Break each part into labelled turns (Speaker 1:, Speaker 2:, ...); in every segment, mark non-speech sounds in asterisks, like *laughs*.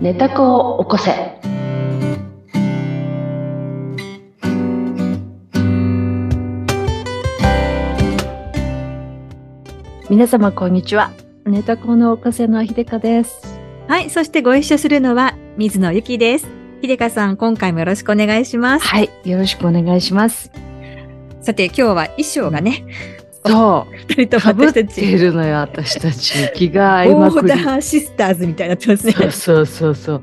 Speaker 1: 寝た子を起こせ。皆様こんにちは。寝た子の起こせの秀香です。
Speaker 2: はい、そしてご一緒するのは水野ゆきです。ひでかさん、今回もよろしくお願いします。
Speaker 1: はい、よろしくお願いします。
Speaker 2: さて、今日は衣装がね、
Speaker 1: そ
Speaker 2: 二人
Speaker 1: う、
Speaker 2: と
Speaker 1: か
Speaker 2: も
Speaker 1: ぶっ
Speaker 2: 私
Speaker 1: て
Speaker 2: たち、
Speaker 1: いるのよ、私たち。気が合い
Speaker 2: 大
Speaker 1: まく
Speaker 2: ー
Speaker 1: り。
Speaker 2: ダーシスターズみたいになってますね。
Speaker 1: そうそうそうそ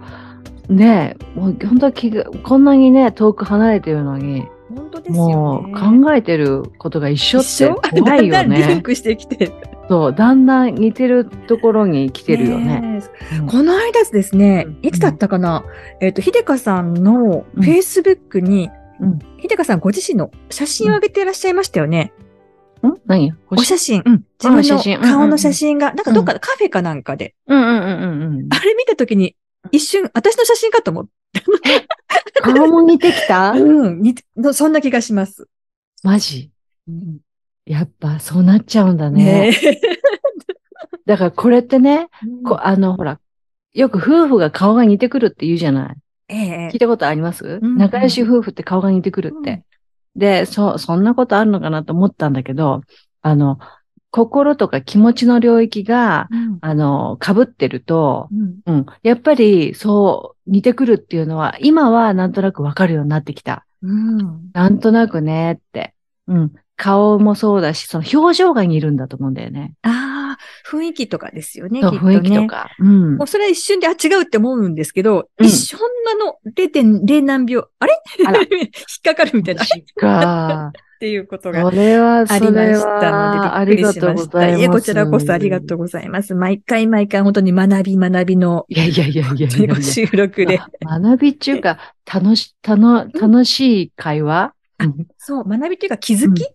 Speaker 1: う。ねえ、もう本当気が、こんなにね、遠く離れてるのに、
Speaker 2: 本当ですよ
Speaker 1: も
Speaker 2: ね。
Speaker 1: う考えてることが一緒って怖いよ
Speaker 2: だんだんリン
Speaker 1: ね。
Speaker 2: クしてきて。
Speaker 1: そう、だんだん似てるところに来てるよね。
Speaker 2: ねえ
Speaker 1: うん
Speaker 2: この間ですね
Speaker 1: うん、
Speaker 2: いつだったかな、えっ、と、ひでかさんの
Speaker 1: うん
Speaker 2: フェイスブックに、
Speaker 1: うん
Speaker 2: ひでかさんご自身の写真を上げていらっしゃいましたよね。
Speaker 1: ん何お
Speaker 2: お写真。うん。自分
Speaker 1: 写真うん
Speaker 2: の
Speaker 1: うんうん
Speaker 2: 顔の写真が、なんかどっかカフェかなんかで。
Speaker 1: うんうんうんうんうん
Speaker 2: あ。れ見たときに、一瞬、私の写真かと思って。
Speaker 1: 顔も似てき *laughs* た
Speaker 2: うん、似てのそんな気がします。
Speaker 1: マジやっぱそうなっちゃうんだね。
Speaker 2: え。
Speaker 1: だからこれってね、こ
Speaker 2: こ
Speaker 1: あの、ほら、よく夫婦が顔が似てくるって言うじゃない
Speaker 2: ええ
Speaker 1: 聞いたことあります、
Speaker 2: うん
Speaker 1: 仲良し夫婦って顔が似てくるって。で、そ、そんなことあるのかなと思ったんだけど、あの、心とか気持ちの領域が、
Speaker 2: うん
Speaker 1: あの、被ってると、
Speaker 2: うん
Speaker 1: うん。やっぱり、そう、似てくるっていうのは、今はなんとなくわかるようになってきた。
Speaker 2: うん
Speaker 1: なんとなくね、って。うん。顔もそうだし、その表情が似るんだと思うんだよね。
Speaker 2: ああ、雰囲気とかですよね。
Speaker 1: そう
Speaker 2: きっとね
Speaker 1: 雰囲気と。か。うん
Speaker 2: もう。それは一瞬で、あ、違うって思うんですけど、
Speaker 1: うん
Speaker 2: 一瞬なの0.0何秒、あれ
Speaker 1: あら
Speaker 2: *laughs* 引っかかるみたいな、あれっ *laughs*
Speaker 1: か。
Speaker 2: ていうことが
Speaker 1: それは、
Speaker 2: あ
Speaker 1: そ
Speaker 2: りま
Speaker 1: れ
Speaker 2: した
Speaker 1: は、あ
Speaker 2: ので、び
Speaker 1: り
Speaker 2: っく
Speaker 1: が
Speaker 2: りし
Speaker 1: とうござ
Speaker 2: ました。
Speaker 1: います。
Speaker 2: いえ、こちらこそありがとうございます。毎回毎回本当に学び学びの
Speaker 1: いやいやいや *laughs* いやいやいや
Speaker 2: ご収録で。
Speaker 1: ま学びっていうか、楽し、たの、楽しい会話、
Speaker 2: あ
Speaker 1: うん
Speaker 2: そう、学びというか気づき、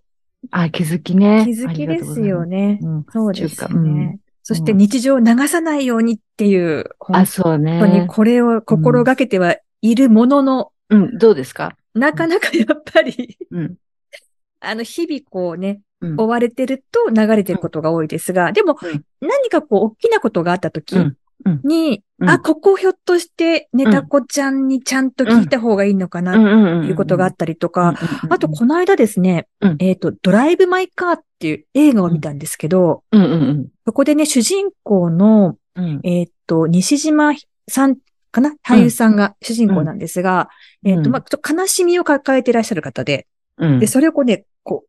Speaker 1: あ、気づきね。
Speaker 2: 気づきですよ
Speaker 1: ね。
Speaker 2: ね。
Speaker 1: うん、
Speaker 2: そうですよ
Speaker 1: っていうかう
Speaker 2: ね。そして日常を流さないようにっていう、
Speaker 1: あ、
Speaker 2: 本
Speaker 1: そう
Speaker 2: 当に
Speaker 1: ね。
Speaker 2: これを心がけてはいるものの、
Speaker 1: うん、どうですか
Speaker 2: なかなかやっぱり、 *laughs*
Speaker 1: うん。
Speaker 2: あの、日々こうね、
Speaker 1: うん
Speaker 2: 追われてると流れてることが多いですが、でも
Speaker 1: うん、
Speaker 2: 何かこう、大きなことがあった時
Speaker 1: うんうん
Speaker 2: に、
Speaker 1: うん
Speaker 2: あ、ここひょっとして、ネタ子ちゃんにちゃんと聞いた方がいいのかな、
Speaker 1: ん
Speaker 2: ということがあ
Speaker 1: て、
Speaker 2: ったりとか、
Speaker 1: うん
Speaker 2: あと、この間ですね、
Speaker 1: うん
Speaker 2: えっ、と、ドライブ・マイ・カーっていう映画を見たんですけど、
Speaker 1: うんうん
Speaker 2: そこでね、主人公の、
Speaker 1: うん。うん
Speaker 2: えっ、と、西島さんかな俳優さんが主人公なんですが、
Speaker 1: うん
Speaker 2: えっ、
Speaker 1: う
Speaker 2: と、
Speaker 1: ん
Speaker 2: まあ、ちょっと悲しみを抱えていらっしゃる方で、
Speaker 1: うん
Speaker 2: で、それをこうね、こう、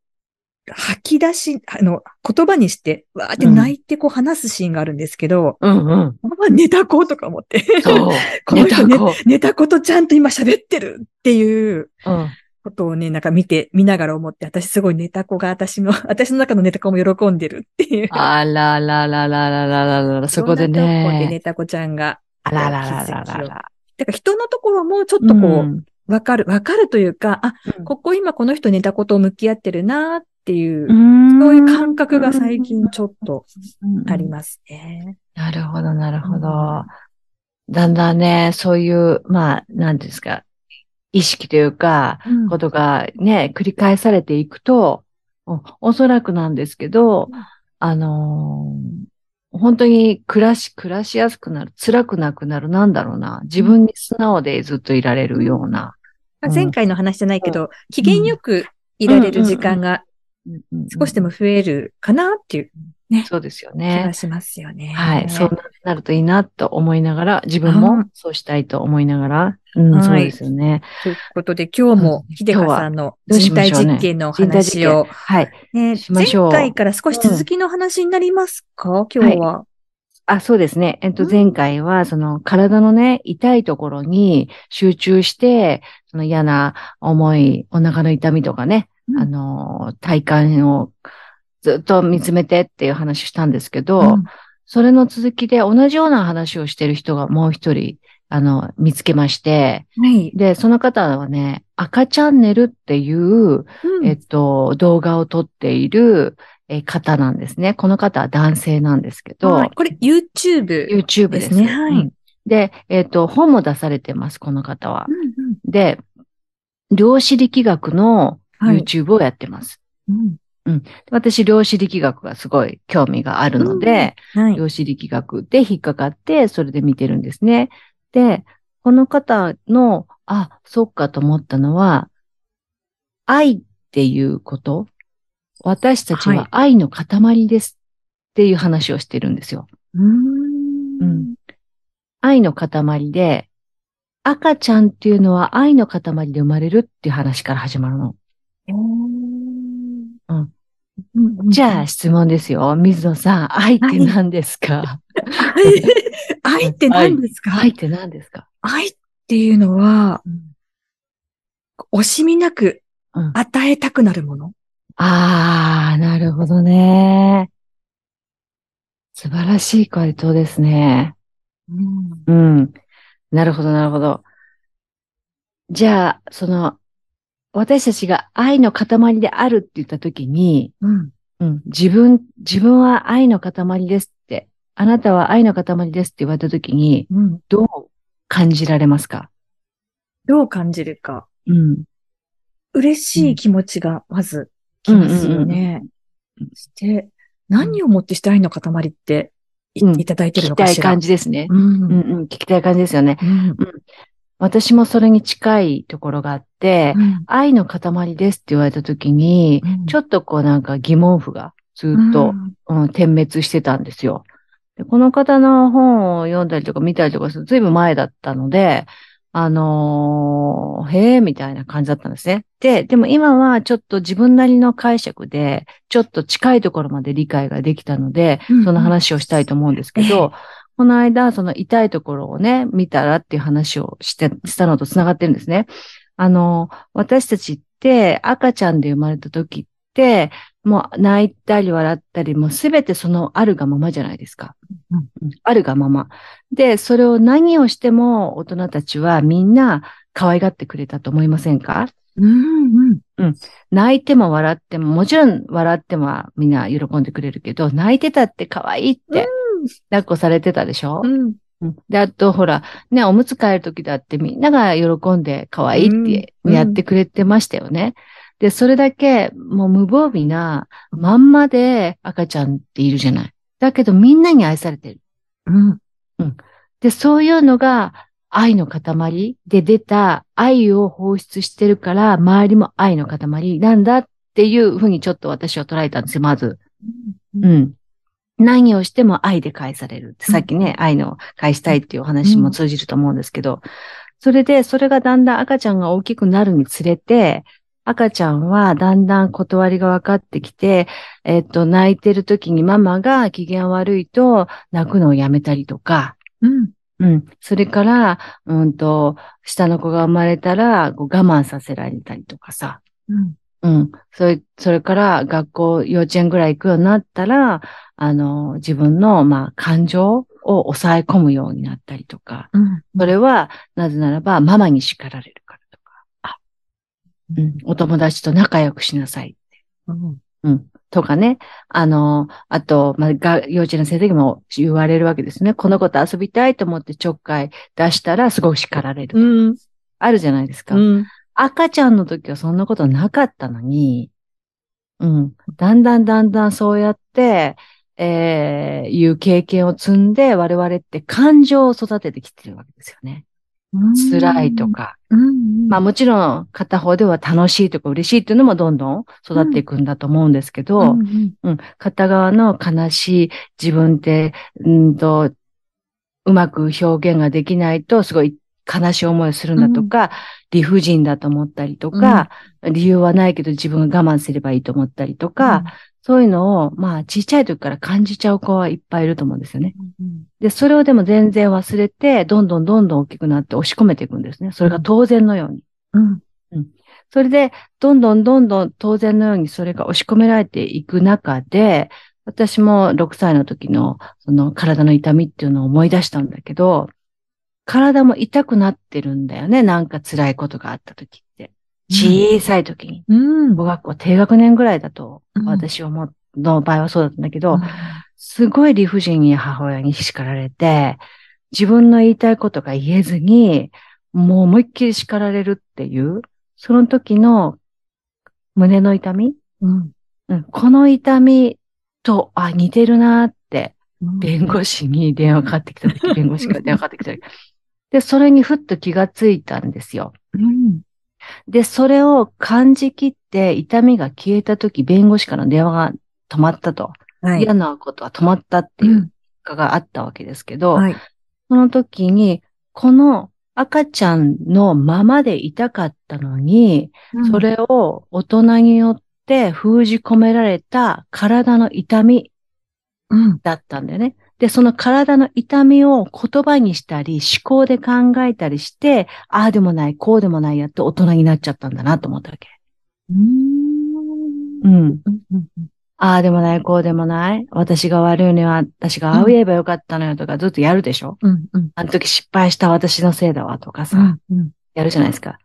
Speaker 2: 吐き出し、あの、言葉にして、わーって泣いてこう話すシーンがあるんですけど、
Speaker 1: うんうん。
Speaker 2: まあ、ネタ子とか思って、
Speaker 1: そう。
Speaker 2: *laughs* この人
Speaker 1: ネタ
Speaker 2: ね
Speaker 1: 子
Speaker 2: ネタ子とちゃんと今喋ってるっていう、
Speaker 1: うん。
Speaker 2: ことをね、なんか見て、見ながら思って、私すごいネタ子が、私も、私の *laughs* 中のネタ子も喜んでるっていう。
Speaker 1: あららららららららら、そこで
Speaker 2: いろんなとこで
Speaker 1: ね。
Speaker 2: ネタ子ちゃんが。
Speaker 1: あらららら
Speaker 2: 気
Speaker 1: ら
Speaker 2: づき
Speaker 1: ら。
Speaker 2: をだから人のところもちょっとこう、わかる、わかるというか、あ、
Speaker 1: うん
Speaker 2: ここ今この人ネタ子と向き合ってるなっていう、
Speaker 1: ん
Speaker 2: そういう感覚が最近ちょっとあり
Speaker 1: す。
Speaker 2: ますね。
Speaker 1: なるほど、なるほど。だんだんね、そういう、まあ、なんていうんですか、意識というか、
Speaker 2: うん
Speaker 1: ことがね、繰り返されていくと、おおそらくなんですけど
Speaker 2: うん、
Speaker 1: あのー本当に暮らし、暮らしやすくなる、辛くなくなる、なんだろうな。自分に素直でずっといられるような。
Speaker 2: まあ前回の話じゃないけど、機嫌よくいられる時間が少しで
Speaker 1: も。
Speaker 2: も増えるかなっていう
Speaker 1: そうですよ
Speaker 2: 気
Speaker 1: ね
Speaker 2: が。しますよね。
Speaker 1: はい。そうなるといいなと思いながら、自分
Speaker 2: う
Speaker 1: も
Speaker 2: ん
Speaker 1: そうしたいと思いながら、うん、
Speaker 2: はい
Speaker 1: そうですよね。
Speaker 2: ということで、今日も、秀香さんの
Speaker 1: 今日
Speaker 2: 人
Speaker 1: は
Speaker 2: 体実験のお話を、
Speaker 1: はい。
Speaker 2: ね
Speaker 1: しましょう
Speaker 2: 前回から少し続きの話になりますか、今日は。
Speaker 1: あ、そうですね。えっと、
Speaker 2: うん
Speaker 1: 前回は、その、体のね、痛いところに集中して、その嫌な思い、お腹の痛みとかね、
Speaker 2: うん
Speaker 1: あのー、体感をずっと見つめてっていう話したんですけど、
Speaker 2: うん
Speaker 1: それの続きで同じような話をしてる人がもう一人、あの、見つけまして、
Speaker 2: はい。
Speaker 1: で、その方はね、赤チャンネルっていう、
Speaker 2: うん
Speaker 1: えっと、動画を撮っているえー方なんですね。この方は男性なんですけど、
Speaker 2: はいこれ YouTube。
Speaker 1: YouTube です
Speaker 2: ですねはい
Speaker 1: うんで、えっ、と、本も出されてます、この方は。で、量子力学の
Speaker 2: はい
Speaker 1: YouTube をやってます。
Speaker 2: うん
Speaker 1: 私、量子力学がすごい興味があるので、
Speaker 2: はい。
Speaker 1: 量子力学で引っかかって、それで見てるんですね。で、この方の、あ、そっかと思ったのは、愛っていうこと、私たち
Speaker 2: はい
Speaker 1: は愛の塊ですっていう話をしてるんですよ。
Speaker 2: うん。うん。
Speaker 1: 愛の塊で、赤ちゃんっていうのは愛の塊で生まれるっていう話から始まるの。うん
Speaker 2: うん
Speaker 1: じゃあ、質問ですよ。水野さん、愛って何ですか
Speaker 2: 愛、 *laughs* 愛って何ですか、
Speaker 1: 愛って何ですか
Speaker 2: 愛っていうのは、惜しみなく
Speaker 1: うん
Speaker 2: 与えたくなるもの。
Speaker 1: あー、なるほどね。素晴らしい回答ですね。うん。なるほど、なるほど。じゃあ、その、私たちが愛の塊であるって言ったときに、
Speaker 2: うん
Speaker 1: うん、自分、自分は愛の塊ですって、あなたは愛の塊ですって言われたときに、
Speaker 2: うん
Speaker 1: どう感じられますか
Speaker 2: どう感じるか。
Speaker 1: うん。
Speaker 2: 嬉しい気持ちがまずきますよね。して、何をもってして愛の塊ってい,、
Speaker 1: うん
Speaker 2: ただい
Speaker 1: 聞
Speaker 2: てる
Speaker 1: き
Speaker 2: のか
Speaker 1: たい
Speaker 2: しら。
Speaker 1: 感じですね。
Speaker 2: うん
Speaker 1: うんうん、聞きたい感じですよね。
Speaker 2: うん
Speaker 1: 私もそれに近いところがあって、愛の塊ですって言われたときに、
Speaker 2: うん
Speaker 1: ちょっとこうなんか疑問符がずっと、うん、点滅してたんですよ。でこの方の本を読んだりとか見たりとかするとずいぶん前だったので、あのーへえ、みたいな感じだったんですね。で、でも今はちょっと自分なりの解釈で、ちょっと近いところまで理解ができたので、
Speaker 2: うん
Speaker 1: その話をしたいと思うんですけど、この間、その痛いところをね、見たらっていう話をして、したのと繋がってるんですね。あの、私たちって赤ちゃんで生まれた時って、もう泣いたり笑ったり、もうすべてそのあるがままじゃないですか。
Speaker 2: うん
Speaker 1: あるがまま。で、それを何をしても大人たちはみんな可愛がってくれたと思いませんか
Speaker 2: うんうん
Speaker 1: 泣いても笑っても、もちろん笑ってもはみんな喜んでくれるけど、泣いてたって可愛いって、抱っこされてたでしょ、
Speaker 2: うん
Speaker 1: で、あと、ほら、ね、おむつ替える時だってみんなが喜んで可愛いって
Speaker 2: うん
Speaker 1: やってくれてましたよね。で、それだけ、もう無防備なまんまで赤ちゃんっているじゃない。だけどみんなに愛されてる。
Speaker 2: うん
Speaker 1: で、そういうのが愛の塊で出た愛を放出してるから、周りも愛の塊なんだっていうふうにちょっと私は捉えたんですよ、まず。
Speaker 2: うん
Speaker 1: うん。何をしても愛で返されるって、さっきね、愛の返したいっていうお話も通じると思うんですけど、それで、それがだんだん赤ちゃんが大きくなるにつれて、赤ちゃんはだんだん断りが分かってきて、えっと、泣いてる時にママが機嫌悪いと泣くのをやめたりとか、
Speaker 2: うん
Speaker 1: うん。それから、うんと、下の子が生まれたらこう我慢させられたりとかさ、
Speaker 2: うん
Speaker 1: うん。それ、それから学校、幼稚園ぐらい行くようになったら、あの、自分の、まあ、感情を抑え込むようになったりとか、
Speaker 2: うん
Speaker 1: それは、なぜならば、ママに叱られるからとか、あ、うん、お友達と仲良くしなさい。
Speaker 2: うん
Speaker 1: うん。とかね。あの、あと、まあ、が幼稚園の先生にも言われるわけですね。この子と遊びたいと思ってちょっかい出したら、すごく叱られる。
Speaker 2: うん
Speaker 1: あるじゃないですか。
Speaker 2: うん
Speaker 1: 赤ちゃんの時はそんなことなかったのに、うん。だんだんだんだんそうやって、えー、いう経験を積んで、我々って感情を育ててきてるわけですよね。辛いとか。
Speaker 2: うんうん
Speaker 1: まあもちろん片方では楽しいとか嬉しいっていうのもどんどん育っていくんだと思うんですけど、
Speaker 2: うんうん
Speaker 1: うん、片側の悲しい自分って、うんと、うまく表現ができないと、すごい悲しい思いをするんだとか、理不尽だと思ったりとか、理由はないけど自分が我慢すればいいと思ったりとか、そういうのを、まあ、小さい時から感じちゃう子はいっぱいいると思うんですよね。
Speaker 2: うん
Speaker 1: で、それをでも全然忘れて、どんどんどんどん大きくなって押し込めていくんですね。それが当然のように。
Speaker 2: うん
Speaker 1: それで、どんどんどんどん当然のようにそれが押し込められていく中で、私も6歳の時のその体の痛みっていうのを思い出したんだけど、体も痛くなってるんだよね。なんか辛いことがあった時って。小さい時に。
Speaker 2: うん
Speaker 1: 小学校低学年ぐらいだと
Speaker 2: う、ん
Speaker 1: 私はもう、の場合はそうだったんだけど、すごい理不尽に母親に叱られて、自分の言いたいことが言えずに、もう思いっきり叱られるっていう、その時の胸の痛み、
Speaker 2: うん
Speaker 1: うん、この痛みと、あ、似てるなって、
Speaker 2: うん *laughs*
Speaker 1: 弁護士に電話かかってきた時、弁護士から電話かかってきた時、で、それにふっと気がついたんですよ。
Speaker 2: うん。
Speaker 1: で、それを感じきって痛みが消えた時、弁護士からの電話が止まったと。
Speaker 2: はい
Speaker 1: 嫌。なことは止まったっていう結果があったわけですけど、
Speaker 2: はい。
Speaker 1: その時に、この赤ちゃんのままでいたかったのに、それを大人によって封じ込められた体の痛み
Speaker 2: うん。
Speaker 1: だったんだよね。で、その体の痛みを言葉にしたり、思考で考えたりして、ああでもない、こうでもないやって大人になっちゃったんだなと思ったわけ。
Speaker 2: うん。
Speaker 1: うん。
Speaker 2: うん。
Speaker 1: ああでもない、こうでもない。私が悪いのは、私がああ言えばよかったのよとかずっとやるでしょ、
Speaker 2: うん。うん。
Speaker 1: あの時失敗した私のせいだわとかさ、
Speaker 2: うん。
Speaker 1: やるじゃないですか。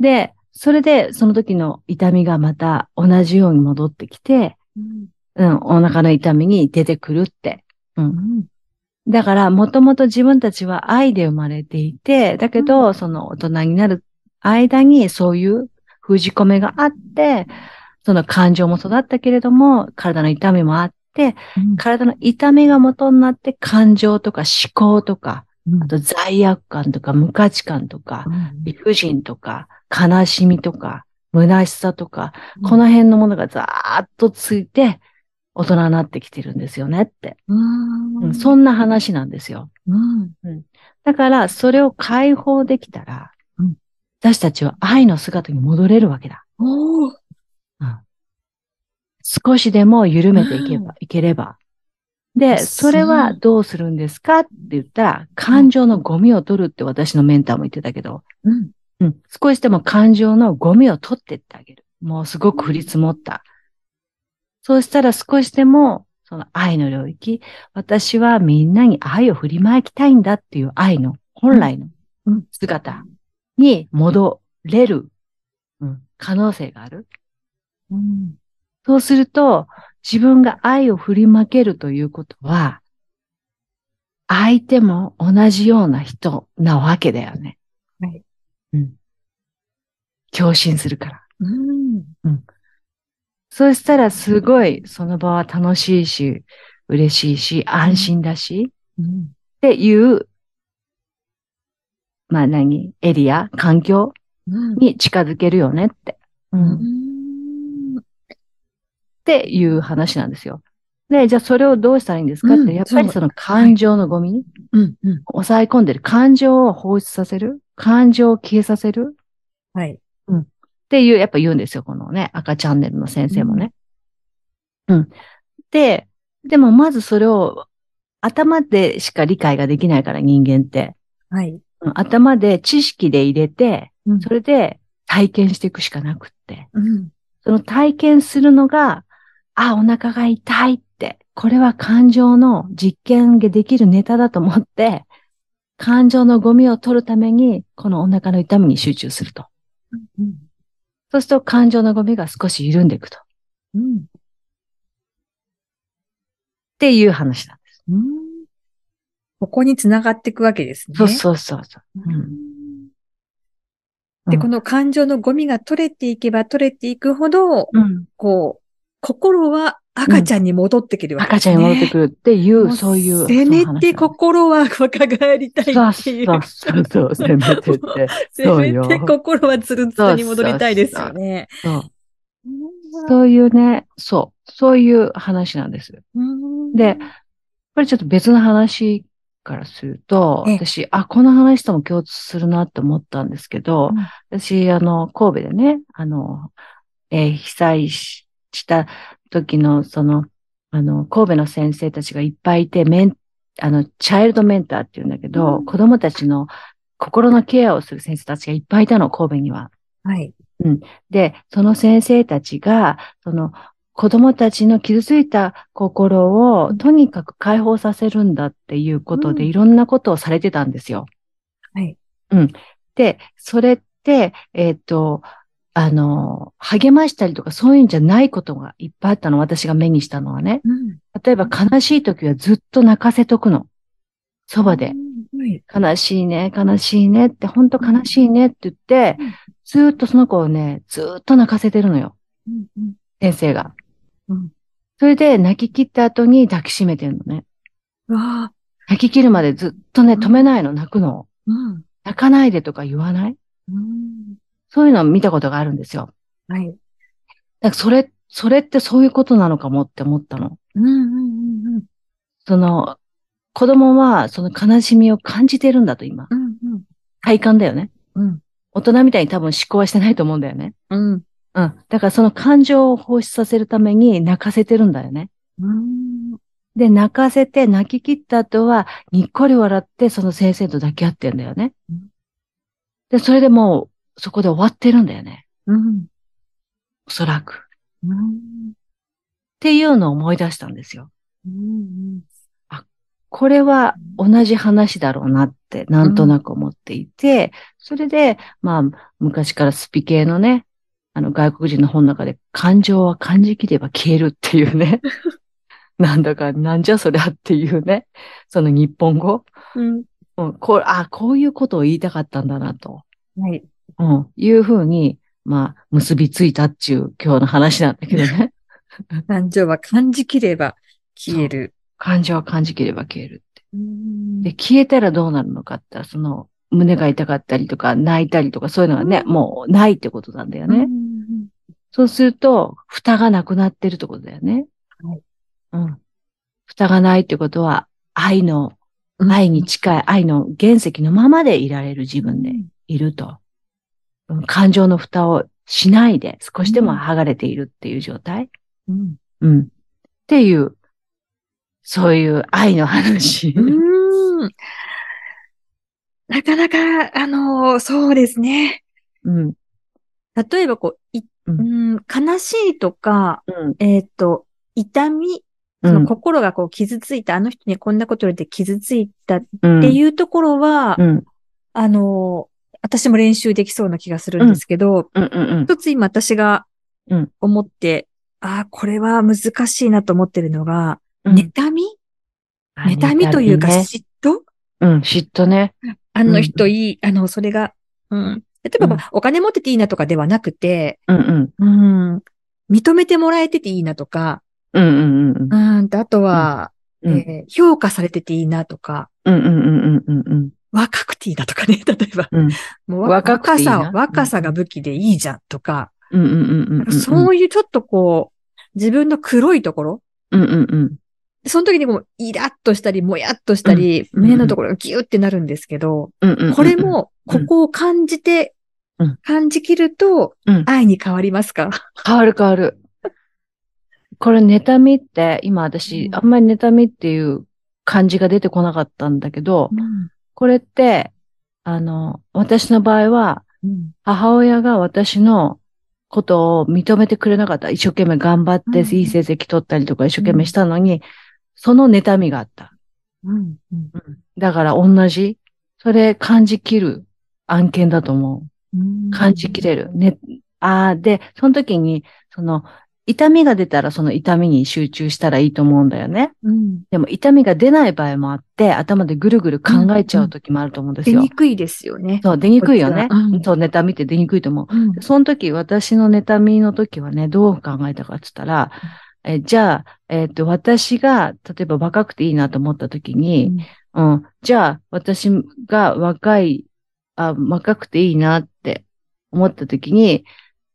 Speaker 1: で、それでその時の痛みがまた同じように戻ってきて、うん、お腹の痛みに出てくるって。
Speaker 2: うん。
Speaker 1: だから、もともと自分たちは愛で生まれていて、だけど、その大人になる間にそういう封じ込めがあって、その感情も育ったけれども、体の痛みもあって、体の痛みが元になって感情とか思考とか、あと罪悪感とか無価値観とか、理不尽とか、悲しみとか、虚しさとか、この辺のものがざーっとついて、大人になってきてるんですよねって。
Speaker 2: う。
Speaker 1: うんんそんな話なんですよ。
Speaker 2: うん。
Speaker 1: だから、それを解放できたら、
Speaker 2: うん
Speaker 1: 私たちは愛の姿に戻れるわけだ。
Speaker 2: おー
Speaker 1: 少しでも緩めていけば、いければ。で、
Speaker 2: そう
Speaker 1: それはどうするんですかって言ったら、感情のゴミを取るって私のメンターも言ってたけど、
Speaker 2: うん。
Speaker 1: うん、少しでも感情のゴミを取ってってあげる。もうすごく降り積もった。そうしたら少しでも、その愛の領域、私はみんなに愛を振りまいきたいんだっていう愛の、本来の
Speaker 2: うんうん
Speaker 1: 姿に戻れる、うん、可能性がある。
Speaker 2: うん。
Speaker 1: そうすると、自分が愛を振りまけるということは、相手も同じような人なわけだよね。
Speaker 2: はい。
Speaker 1: うん。共振するから。
Speaker 2: うん。
Speaker 1: そうしたらすごいその場は楽しいし、嬉しいし、安心だし、
Speaker 2: うん。
Speaker 1: っていう、まあ何、エリア、環境
Speaker 2: うん。
Speaker 1: に近づけるよねって。う
Speaker 2: うんん。
Speaker 1: っていう話なんですよ。で、じゃあそれをどうしたらいいんですかって、
Speaker 2: うん
Speaker 1: やっぱり
Speaker 2: そう
Speaker 1: その感情のゴミ、
Speaker 2: うん。うん。
Speaker 1: 抑え込んでる感情を放出させる感情を消えさせるっ
Speaker 2: はい。
Speaker 1: ていう、やっぱ言うんですよ、このね、赤チャンネルの先生もね。うん。で、でもまずそれを頭でしか理解ができないから人間って。
Speaker 2: はい。
Speaker 1: うん頭で知識で入れて、
Speaker 2: うん
Speaker 1: それで体験していくしかなくって。
Speaker 2: うん。
Speaker 1: その体験するのが、あ、お腹が痛いって、これは感情の実験ができるネタだと思って、感情のゴミを取るために、このお腹の痛みに集中すると。
Speaker 2: うん。
Speaker 1: そうすると感情のゴミが少し緩んでいくと。っ
Speaker 2: うん。
Speaker 1: ていう話なんです。
Speaker 2: うんここに繋がっていくわけですね。
Speaker 1: そうそうそうそうう。うん
Speaker 2: ん
Speaker 1: う
Speaker 2: で、
Speaker 1: ん
Speaker 2: この感情のゴミが取れていけば取れていくほど、
Speaker 1: うん。
Speaker 2: こう、心は赤ちゃんに戻ってくるわけで
Speaker 1: 赤
Speaker 2: す
Speaker 1: ち
Speaker 2: ね。
Speaker 1: ゃんに戻ってくるってい
Speaker 2: も
Speaker 1: う、そういう。
Speaker 2: せめて
Speaker 1: こ
Speaker 2: 心は若返りたい
Speaker 1: そう
Speaker 2: ってい。
Speaker 1: そううそうそう、せめてって。
Speaker 2: せ
Speaker 1: そう
Speaker 2: め
Speaker 1: よ
Speaker 2: て心はつるつるに戻りたいですよね。
Speaker 1: そう *laughs* そういうね、そう、そういう話なんです。
Speaker 2: うん
Speaker 1: で、これちょっと別の話からすると、
Speaker 2: ええ
Speaker 1: 私、あ、この話とも共通するなって思ったんですけど、
Speaker 2: うん
Speaker 1: 私、あの、神戸でね、あの、えー被災しした時の、その、あの、神戸の先生たちがいっぱいいて、メン、あの、チャイルドメンターっていうんだけど、
Speaker 2: うん
Speaker 1: 子供たちの心のケアをする先生たちがいっぱいいたの、神戸には。
Speaker 2: はい。
Speaker 1: で、その先生たちが、その子供たちの傷ついた心
Speaker 2: う
Speaker 1: を
Speaker 2: ん
Speaker 1: とにかく解放させるんだっていうことで、
Speaker 2: うん
Speaker 1: いろんなことをされてたんですよ。
Speaker 2: はい。
Speaker 1: うん。で、それって、えっ、と、あの、励ましたりとかそういうんじゃないことがいっぱいあったの、私が目にしたのはね。
Speaker 2: うん
Speaker 1: 例えば悲しい時はずっと泣かせとくの。そばで。。
Speaker 2: はい
Speaker 1: 悲しいね、悲しいねって、ほんと悲しいねって言って
Speaker 2: うん、
Speaker 1: ずーっとその子をね、ずーっと泣かせてるのよ、
Speaker 2: うんうん
Speaker 1: 先生が。
Speaker 2: うん
Speaker 1: それで泣き切った後に抱きしめてるのね。
Speaker 2: うわあ
Speaker 1: 泣き切るまでずっとね、
Speaker 2: うん
Speaker 1: 止めないの、泣くのを。
Speaker 2: うん
Speaker 1: 泣かないでとか言わない
Speaker 2: うん
Speaker 1: そういうのを見たことがあるんですよ。
Speaker 2: はい。
Speaker 1: だからそれ、それってそういうことなのかもって思ったの。
Speaker 2: うんうんうんうん。
Speaker 1: その、子供はその悲しみを感じてるんだと今。
Speaker 2: うんうん。
Speaker 1: 体感だよね。
Speaker 2: うん。
Speaker 1: 大人みたいに多分思考はしてないと思うんだよね。
Speaker 2: うん。
Speaker 1: うん。だからその感情を放出させるために泣かせてるんだよね。
Speaker 2: うん。
Speaker 1: で、泣かせて泣き切った後は、にっこり笑ってその先生と抱き合ってんだよね
Speaker 2: うん。
Speaker 1: で、それでもう、そこで終わってるんだよね。
Speaker 2: うん。
Speaker 1: おそらく。っ
Speaker 2: うん。
Speaker 1: ていうのを思い出したんですよ。
Speaker 2: うん。
Speaker 1: これは同じ話だろうなって、なんとなく思っていて、それで、まあ、昔からスピ系のね、あの、外国人の本の中で、感情は感じきれば消えるっていう *laughs* ね。なんだか、なんじゃそりゃっていうね。その日本語。
Speaker 2: うん。
Speaker 1: うん、こう、あ、こういうことを言いたかったんだな、と、
Speaker 2: はい。
Speaker 1: うん、いうふうに、まあ、結びついたっていう今日の話なんだけど *laughs* ね。
Speaker 2: 感情は感じきれば消える。
Speaker 1: 感情は感じきれば消えるって。
Speaker 2: うん
Speaker 1: で、消えたらどうなるのかって言ったら、その、胸が痛かったりとか、泣いたりとか、そういうのがね、
Speaker 2: うん
Speaker 1: もうないってことなんだよ
Speaker 2: う
Speaker 1: ね。
Speaker 2: ん
Speaker 1: そうすると、蓋がなくなってるってことだよね。
Speaker 2: はい
Speaker 1: うん。蓋がないってことは、愛の、
Speaker 2: うん
Speaker 1: 愛に近い愛の原石のままでいられる自分で。いると。うん感情の蓋をしないで少しでも剥がれているっていう状態。
Speaker 2: うん。
Speaker 1: うん。っていう、そういう愛の話。
Speaker 2: うーん。なかなか、あのーそうですね。
Speaker 1: *laughs* うん。
Speaker 2: 例えば、こう、い、
Speaker 1: う
Speaker 2: うんん、悲しいとか、
Speaker 1: うん。
Speaker 2: えっ、と、痛み、
Speaker 1: う
Speaker 2: その
Speaker 1: ん。
Speaker 2: 心がこう傷ついた、あの人にこんなことで傷ついたっ
Speaker 1: うん。
Speaker 2: ていうところは、
Speaker 1: うん。
Speaker 2: あのー私も練習できそうな気がするんですけど、
Speaker 1: うん。うん。
Speaker 2: 一つ今私が
Speaker 1: うん
Speaker 2: 思って、ああ、これは難しいなと思ってるのが、
Speaker 1: うん。
Speaker 2: 妬み
Speaker 1: あ
Speaker 2: 妬みというか
Speaker 1: ね
Speaker 2: 嫉妬
Speaker 1: うん。嫉妬ね。
Speaker 2: あ
Speaker 1: うんう
Speaker 2: の
Speaker 1: ん
Speaker 2: 人いい、あの、それが、うん。例えば、まあお金持ってていいなとかではなくて、
Speaker 1: うんうん。
Speaker 2: うん。認めてもらえてていいなとか、
Speaker 1: うんうんうん
Speaker 2: うんと、あとは、
Speaker 1: うん。うん
Speaker 2: えー評価されてていいなとか、
Speaker 1: うんうんうんうんうん
Speaker 2: 若くていいな *laughs* とかね、例えば。
Speaker 1: うん。
Speaker 2: もうわ
Speaker 1: 若くていいな
Speaker 2: 若さ、若さが武器でいいじゃんとか、
Speaker 1: うんうんうんうんうんうん。
Speaker 2: そういうちょっとこう、自分の黒いところ、
Speaker 1: うんうんうん。
Speaker 2: その時にこう、イラッとしたり、もやっとしたり、
Speaker 1: うん
Speaker 2: 胸のところがギュってなるんですけど、
Speaker 1: うんうんうん。
Speaker 2: これも、ここを感じて
Speaker 1: うん、
Speaker 2: 感じきると
Speaker 1: うん、
Speaker 2: 愛に変わりますか
Speaker 1: 変わる変わる。これ、妬みって、今私、
Speaker 2: うん
Speaker 1: あんまり妬みっていう感じが出てこなかったんだけど、これって、あの、私の場合は、
Speaker 2: うん
Speaker 1: 母親が私のことを認めてくれなかった。一生懸命頑張って、
Speaker 2: うん
Speaker 1: いい成績取ったりとか一生懸命したのに、その妬みがあった。
Speaker 2: うんうん
Speaker 1: だから同じ。それ感じきる案件だと思う。
Speaker 2: うん
Speaker 1: 感じきれる。ね。ああ、で、その時に、その、痛みが出たらその痛みに集中したらいいと思うんだよね。
Speaker 2: うん
Speaker 1: でも痛みが出ない場合もあって、頭でぐるぐる考えちゃう時もあると思うんです
Speaker 2: 出
Speaker 1: よ。
Speaker 2: にくいですよね。
Speaker 1: そう、出にくいよね。
Speaker 2: こっちはうん
Speaker 1: そう、妬みって出にくいと思う。
Speaker 2: うん
Speaker 1: その時、私の妬みの時はね、どう考えたかって言ったら、えじゃあ、えっ、と、私が、例えば若くていいなと思った時に、うん。じゃあ、私が若い、あ、若くていいなって思った時に、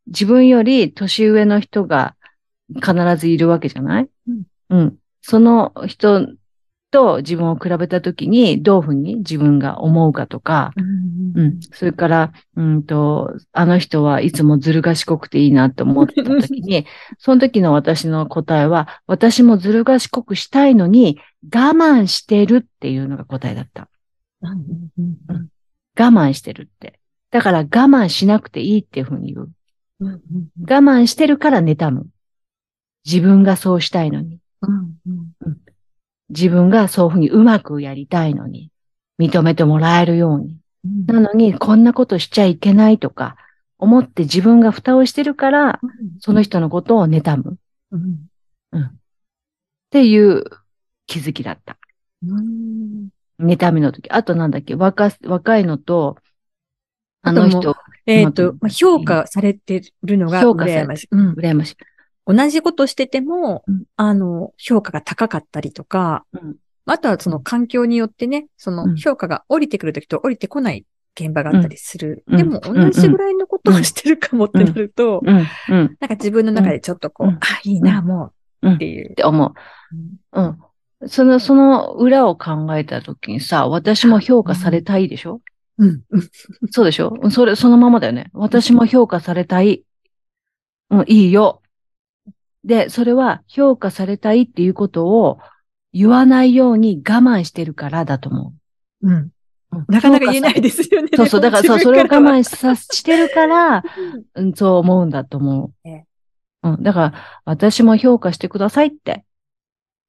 Speaker 1: 自分より年上の人が必ずいるわけじゃない
Speaker 2: うん。
Speaker 1: うん。その人と自分を比べた時に、どういうふうに自分が思うかとか、
Speaker 2: うん
Speaker 1: うん。それから、うんと、あの人はいつもずる賢くていいなと思った時に、その時の私の答えは、私もずる賢くしたいのに、我慢してるっていうのが答えだった。
Speaker 2: うんうんうん
Speaker 1: 我慢してるって。だから我慢しなくていいっていうふうに言う。
Speaker 2: うんうん
Speaker 1: 我慢してるから妬む。自分がそうしたいのに。
Speaker 2: うんうん
Speaker 1: 自分がそういうふうにうまくやりたいのに。認めてもらえるように。なのに、こんなことしちゃいけないとか、思って自分が蓋をしてるから、その人のことを妬むっ
Speaker 2: うん
Speaker 1: ていう気づきだった。
Speaker 2: うん
Speaker 1: 妬みの時。あとなんだっけ、若す、若いのと、あ
Speaker 2: あとも
Speaker 1: の
Speaker 2: う
Speaker 1: 人、
Speaker 2: えっと
Speaker 1: うん、
Speaker 2: まあ評価されてるのが
Speaker 1: 評価されてる
Speaker 2: 羨ましいうん
Speaker 1: 羨ましい。
Speaker 2: 同じことしてても
Speaker 1: うん、
Speaker 2: あの、評価が高かったりとか
Speaker 1: うん、
Speaker 2: あとはその環境によってね、そうの
Speaker 1: ん
Speaker 2: 評価が降りてくるときと降りてこない現場があったりする。
Speaker 1: うん
Speaker 2: でも、
Speaker 1: うん
Speaker 2: 同じぐらいのことをしてるかもってなると、
Speaker 1: うん、うん、っ
Speaker 2: なんか自分の中でちょっとこう、
Speaker 1: うん
Speaker 2: あ、いいな、もう、
Speaker 1: うん
Speaker 2: っていう。
Speaker 1: て思う。うん。その、その裏を考えたときにさ、私も評価されたいでしょ、
Speaker 2: うん。うん
Speaker 1: そうでしょそれ、そのままだよね。私も評価されたい。うん、いいよ。で、それは評価されたいっていうことを言わないように我慢してるからだと思
Speaker 2: うん。
Speaker 1: う。うん
Speaker 2: なかなか言えないですよね。
Speaker 1: そうそう、だからそう、それを我慢さ、してるから、
Speaker 2: 慢。
Speaker 1: うん、そう思うんだと思う
Speaker 2: え。
Speaker 1: うん、だから、私も評価してくださいって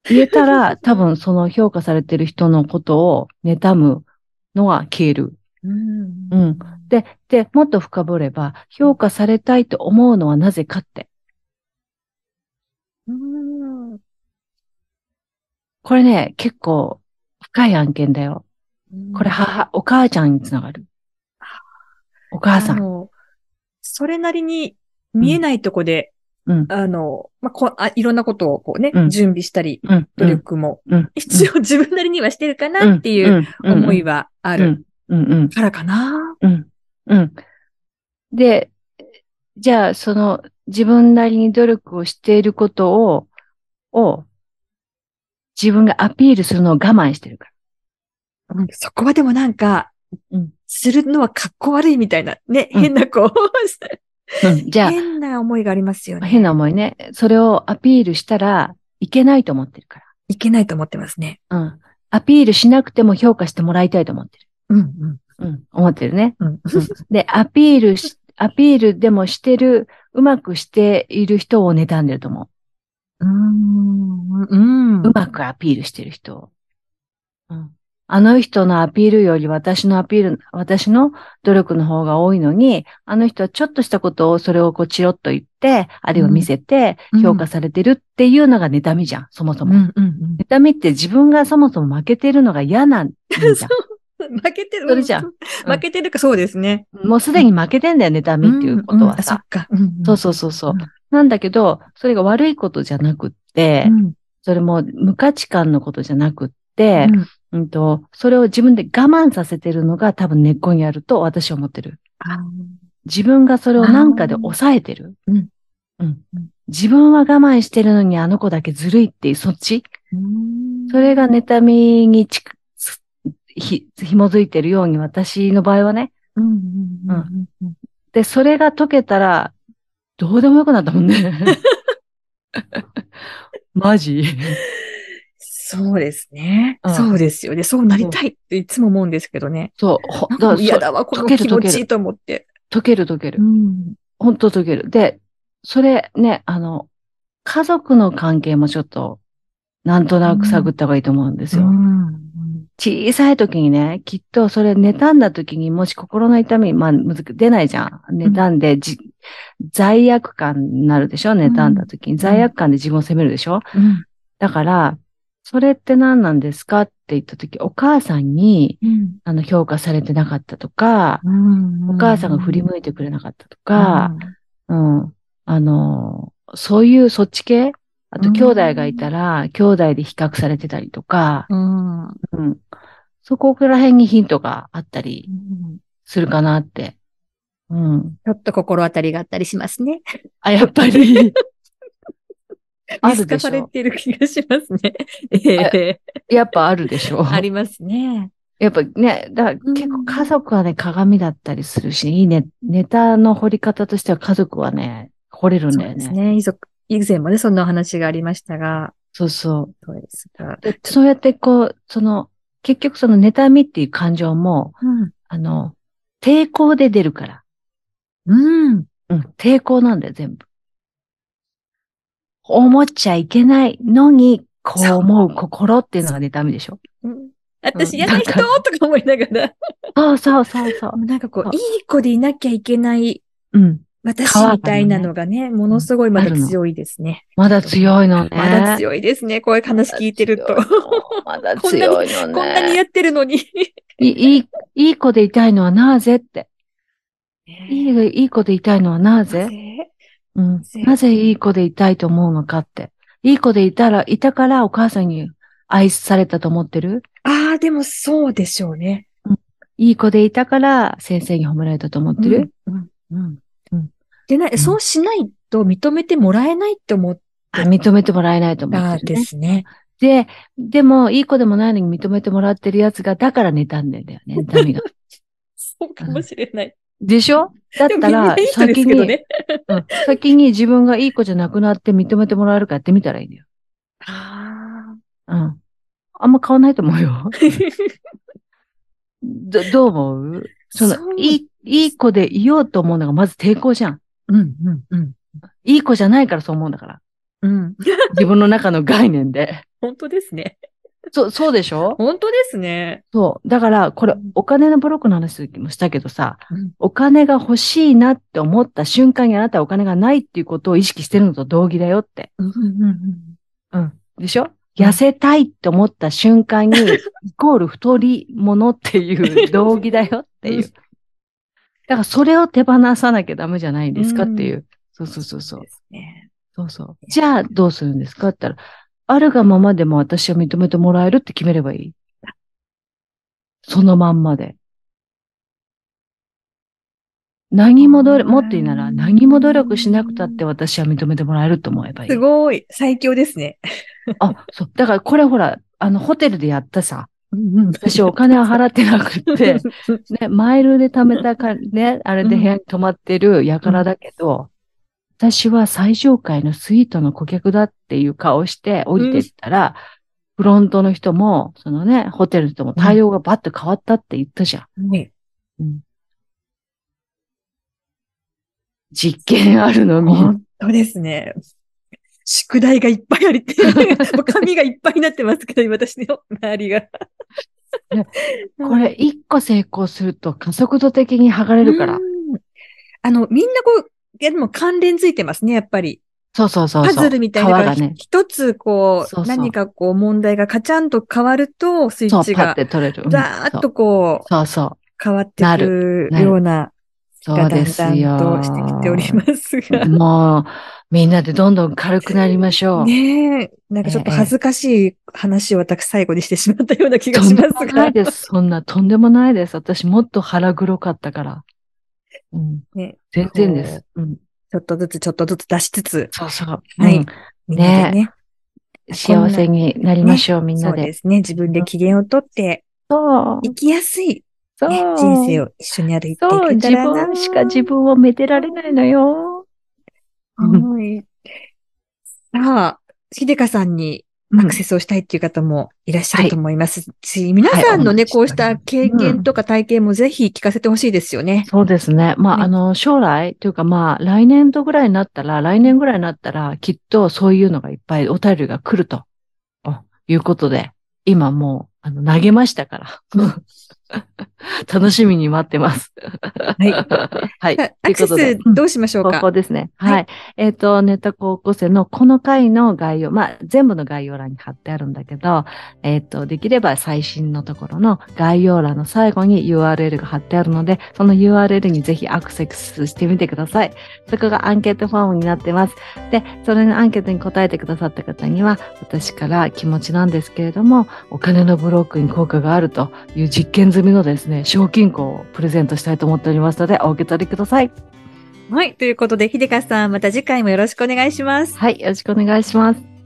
Speaker 1: 言えた
Speaker 2: *laughs*
Speaker 1: ら、多分その評価されてる人のことを妬むのは消える。
Speaker 2: うん。
Speaker 1: うんで、で、もっと深掘れば、評価されたいと思うのはなぜかって。
Speaker 2: うん。
Speaker 1: これね、結構深い案件だよ。これ、母、お母ちゃんにつながる。お母さ
Speaker 2: あ
Speaker 1: ん。
Speaker 2: のそれなりに見えないとこで、
Speaker 1: うん。
Speaker 2: あの、まあ、こあ、いろんなことをこうね、
Speaker 1: うん
Speaker 2: 準備したり、
Speaker 1: うん。
Speaker 2: 努力も、
Speaker 1: うん。うん。
Speaker 2: 一応自分なりにはしてるかなっていう
Speaker 1: うん
Speaker 2: 思いはある
Speaker 1: うん。うん。うん
Speaker 2: からかな。
Speaker 1: うん。うん。で、じゃあ、その、自分なりに努力をしていることを、を、自分がアピールするのを我慢してるか
Speaker 2: そこはでもなんか、
Speaker 1: うん
Speaker 2: するのは格好悪いみたいな、ね、
Speaker 1: うん
Speaker 2: 変なこう、
Speaker 1: ら。うん。じゃ
Speaker 2: 変な思いがありますよ
Speaker 1: あ、
Speaker 2: ね。
Speaker 1: 変な思いね。それをアピールしたらいけないと思ってるか
Speaker 2: いけないと思ってますね。
Speaker 1: ら。うん。アピールしなくても評価してもらいたいと思ってる。
Speaker 2: うん、
Speaker 1: う
Speaker 2: うん、
Speaker 1: ん。思ってるね。
Speaker 2: うん。
Speaker 1: で、アピールし、アピールでもしてる、うまくしている人を妬んでると思
Speaker 2: うん、うん
Speaker 1: う。うまくアピールしてる人を。うん。あの人のアピールより私のアピール、私の努力の方が多いのに、あの人はちょっとしたことをそれをこうチロッと言って、あるいは見せて
Speaker 2: うん
Speaker 1: 評価されてるっていうのが妬みじゃん、そもそも。
Speaker 2: うん、うん。
Speaker 1: 痛みって自分がそもそも負けてるのが嫌なんじゃ
Speaker 2: *laughs*
Speaker 1: ん。
Speaker 2: 負けてる。
Speaker 1: それじゃん
Speaker 2: うん負けてるか、そうですね。
Speaker 1: もうすでに負けてんだよね、痛みっていうことはさ。
Speaker 2: うんうんあそっか。んん
Speaker 1: そうそうそうそう
Speaker 2: うん。
Speaker 1: なんだけど、それが悪いことじゃなくって
Speaker 2: う、ん
Speaker 1: それも無価値観のことじゃなくって、うんと、それを自分で我慢させてるのが多分根っこにあると私は思ってる。
Speaker 2: あ
Speaker 1: 自分がそれをなんかで抑えてる。
Speaker 2: あーうん
Speaker 1: うん
Speaker 2: うん
Speaker 1: 自分は我慢してるのにあの子だけずるいっていう、そっち
Speaker 2: うん
Speaker 1: それが妬みにちくつひ、ひもづいてるように私の場合はね。
Speaker 2: うんうんうんうん
Speaker 1: で、それが解けたら、どうでもよくなったもん *laughs* ね。マジ
Speaker 2: そうですね
Speaker 1: う。ん
Speaker 2: そうですよね。そうなりたいっていつも思うんですけどね。
Speaker 1: そう。ほ
Speaker 2: なん
Speaker 1: だか
Speaker 2: か
Speaker 1: ら
Speaker 2: 嫌
Speaker 1: そ
Speaker 2: だわ、この
Speaker 1: 溶ける
Speaker 2: 気持
Speaker 1: 溶け
Speaker 2: ち
Speaker 1: る
Speaker 2: と思って。
Speaker 1: 解ける解ける。
Speaker 2: ん。
Speaker 1: ほんと解ける。で、それね、あの、家族の関係もちょっと、なんとなく探った方がいいと思うんですよ。
Speaker 2: うん
Speaker 1: 小さい時にね、きっとそれ妬んだ時にもし心の痛み、まあ、むずく出ないじゃん。妬んでじ、罪悪感になるでしょ妬んだ時に。罪悪感で自分を責めるでしょ
Speaker 2: うん
Speaker 1: だから、それって何なんですかって言った時、お母さんに、
Speaker 2: うん
Speaker 1: あの、評価されてなかったとか、
Speaker 2: うん
Speaker 1: お母さんが振り向いてくれなかったとか、、うん。あの、そういうそっち系あと、兄弟がいたら、兄弟で比較されてたりとか、
Speaker 2: うんうん
Speaker 1: うん。そこら辺にヒントがあったりするかなって。うん。
Speaker 2: ちょっと心当たりがあったりしますね。
Speaker 1: あ、やっぱり。あ
Speaker 2: *laughs* 見
Speaker 1: るで
Speaker 2: 透か
Speaker 1: し
Speaker 2: され
Speaker 1: ょ。
Speaker 2: てる気がしますね。 *laughs* ええ
Speaker 1: やっぱあるでしょ。
Speaker 2: ありますね。
Speaker 1: やっぱね、だから結
Speaker 2: う
Speaker 1: 構
Speaker 2: ん
Speaker 1: 家族はね、鏡だったりするし、いいね、ネタの掘り方としては家族はね、掘れるん
Speaker 2: そ
Speaker 1: だ
Speaker 2: う
Speaker 1: よ
Speaker 2: です
Speaker 1: ね。
Speaker 2: ね。遺族以前もね、そんなお話がありましたが、
Speaker 1: そうそう
Speaker 2: そうですが。
Speaker 1: でそうやってこう、その、結局その妬みっていう感情も、
Speaker 2: うん。
Speaker 1: あの、抵抗で出るから。
Speaker 2: うん。
Speaker 1: うん、抵抗なんだよ、全部。思っちゃいけないのに、こう思う心っていうのが妬みでしょ。
Speaker 2: うん私
Speaker 1: うん
Speaker 2: 嫌な人 *laughs*
Speaker 1: なん
Speaker 2: とか思いながら、
Speaker 1: そうそうそうそう。
Speaker 2: なんかこ
Speaker 1: そう
Speaker 2: う、いい子でいなきゃいけない
Speaker 1: うん。
Speaker 2: 私
Speaker 1: 皮がね
Speaker 2: みたいなのがね、ものすごいまだ強いですね。
Speaker 1: まだ強いのね。
Speaker 2: まだ強いですね。こういう話聞いてると。
Speaker 1: まだ強いのね。
Speaker 2: こんなにやってるのに。
Speaker 1: いい、いいい子でいたいのはなぜって。い
Speaker 2: *laughs* い
Speaker 1: い、いい子でいたいのはなぜ
Speaker 2: ぜ
Speaker 1: うん
Speaker 2: ぜ。
Speaker 1: なぜいい子でいたいと思うのかって。いい子でいたら、いたからお母さんに愛されたと思ってる
Speaker 2: ああ、でもそうでしょうね。
Speaker 1: いい子でいたから先生に褒められたと思ってる、
Speaker 2: うんうんうんでな、そうしないと認めてもらえないって思っ
Speaker 1: あ認めてもらえないと思
Speaker 2: た
Speaker 1: っ
Speaker 2: ん
Speaker 1: てる、
Speaker 2: で
Speaker 1: ね。
Speaker 2: すね。
Speaker 1: で、でも、いい子でもないのに認めてもらってるやつが、だから妬んでんだよ
Speaker 2: *laughs*
Speaker 1: ね、痛みが。
Speaker 2: そうかもしれない。
Speaker 1: でしょだっ
Speaker 2: でも
Speaker 1: た
Speaker 2: みんな
Speaker 1: ら
Speaker 2: いい、人です
Speaker 1: 先
Speaker 2: けど
Speaker 1: に、
Speaker 2: ね。
Speaker 1: うん先に自分がいい子じゃなくなって認めてもらえるかやってみたらいいんだよ。
Speaker 2: あ
Speaker 1: うん。あんま変わんないと思う
Speaker 2: *laughs*
Speaker 1: よ。
Speaker 2: ー
Speaker 1: ど、どう思うその、
Speaker 2: そう
Speaker 1: いい、いい子でいようと思うのがまず抵抗じゃん。
Speaker 2: うん、うん、うん。
Speaker 1: いい子じゃないからそう思うんだから。
Speaker 2: うん。
Speaker 1: 自分の中の概念で。 *laughs*
Speaker 2: 本当ですね。
Speaker 1: そう、そうでしょ
Speaker 2: 本当ですね。
Speaker 1: そう。だから、これ
Speaker 2: うん、
Speaker 1: お金のブロックの話もしたけどさ、
Speaker 2: うん
Speaker 1: お金が欲しいなって思った瞬間にあなたはお金がないっていうことを意識してるのと同義だよって。
Speaker 2: うん、うん、う
Speaker 1: う
Speaker 2: ん。。
Speaker 1: ん。でしょ痩せたいって思った瞬間 *laughs* に、イコール太り者っていう同義だよっていううんだからそれを手放さなきゃダメじゃないですかっていう。そうそうそうそう。
Speaker 2: ですね。
Speaker 1: そうそう。じゃあどうするんですかって言ったら、あるがままでも私を認めてもらえるって決めればいい。そのまんまで。何も努力、
Speaker 2: うん
Speaker 1: もっと言いなら何も努力しなくたって私は認めてもらえると思えばいい
Speaker 2: す。ごい。最強ですね。
Speaker 1: あ、そう。だからこれほら、あの、ホテルでやったさ。
Speaker 2: うん、うん。
Speaker 1: 私お金を払ってなく
Speaker 2: *laughs*
Speaker 1: って、ね、マイルで貯めたか、ね、あれで部屋に泊まってるやからだけど、私は最上階のスイートの顧客だっていう顔して降りてったら、フロントの人も、そのね、ホテルの人も対応がバッと変わったって言ったじゃん。
Speaker 2: ね
Speaker 1: 実験あるのみ。
Speaker 2: 本当ですね。宿題がいっぱいあり *laughs* って、もう紙がいっぱいになってますけど、私の周りが。
Speaker 1: これ一個成功すると加速度的に剥がれるから
Speaker 2: う。ん。あの、みんなこう、いやでも関連ついてますね、やっぱり。
Speaker 1: そうそうそう
Speaker 2: パ
Speaker 1: そう。
Speaker 2: ズルみたいな
Speaker 1: 皮
Speaker 2: の
Speaker 1: が
Speaker 2: が
Speaker 1: ね、
Speaker 2: 一つこう
Speaker 1: そうそう
Speaker 2: 何かこう問題がカチャンと変わると、スイ
Speaker 1: そ
Speaker 2: ッ
Speaker 1: う、
Speaker 2: チ
Speaker 1: パっ
Speaker 2: が
Speaker 1: て取れる。うん
Speaker 2: ザーッとこう
Speaker 1: そうそう
Speaker 2: 変わって
Speaker 1: な
Speaker 2: くる
Speaker 1: なる
Speaker 2: よう
Speaker 1: そう。
Speaker 2: な
Speaker 1: そ
Speaker 2: が
Speaker 1: う
Speaker 2: だんだん
Speaker 1: で
Speaker 2: と
Speaker 1: すよ。
Speaker 2: してきておりますが。
Speaker 1: もう、みんなでどんどん軽くなりましょう。
Speaker 2: ねえ。なんかちょっと恥ずかしい話を私最後にしてしまったような気が
Speaker 1: とん
Speaker 2: しま
Speaker 1: ですもな
Speaker 2: が
Speaker 1: い。です。そんな、とんでもないです。私もっと腹黒かったから。うん。
Speaker 2: ね
Speaker 1: 全然です。うん。
Speaker 2: ちょっとずつちょっとずつ出しつつ、
Speaker 1: そうそう。
Speaker 2: はい
Speaker 1: うん
Speaker 2: みんなでね。
Speaker 1: 幸せになりましょう、みん
Speaker 2: そ
Speaker 1: な
Speaker 2: うで
Speaker 1: で。
Speaker 2: すね。自分で機嫌をとって、
Speaker 1: そう
Speaker 2: 生きやすい、
Speaker 1: そう。
Speaker 2: ね、人生を一緒に歩いてい
Speaker 1: そう、
Speaker 2: け
Speaker 1: 自
Speaker 2: たらな。
Speaker 1: 分しか自分をめでられないのよ。うん
Speaker 2: はい。さあ、ひでかさんにアクセスをしたいっていう方もいらっしゃると思いますし、皆さんのね、
Speaker 1: はい
Speaker 2: こうした経験とか体験もぜひ聞かせてほしいですよね。
Speaker 1: そうですね。まあ、
Speaker 2: ね
Speaker 1: あの、将来というかまあ、来年度ぐらいになったら、来年ぐらいになったら、きっとそういうのがいっぱいお便りが来るとあいうことで、今もう、あの、投げましたから。 *laughs* 楽しみに待ってます。
Speaker 2: はい。
Speaker 1: はい。
Speaker 2: さあア
Speaker 1: *laughs* というこ
Speaker 2: クセス
Speaker 1: とで
Speaker 2: どうしましょう
Speaker 1: 方
Speaker 2: か
Speaker 1: 法ですね。
Speaker 2: はい
Speaker 1: はい。えっ、と、ネタ高校生のこの回の概要、まあ、全部の概要欄に貼ってあるんだけど、えっ、と、できれば最新のところの概要欄の最後に URL が貼ってあるので、その URL にぜひアクセスしてみてください。そこがアンケートフォームになってます。で、それのアンケートに答えてくださった方には、私から気持ちなんですけれども、お金のブロックに効果があるという実験済みのですね、賞金庫をプレゼントしたいと思っておりますので、お受け取りください。
Speaker 2: はい。ということで、ひでかさん、また次回もよろしくお願いします。
Speaker 1: はい、よろしくお願いします。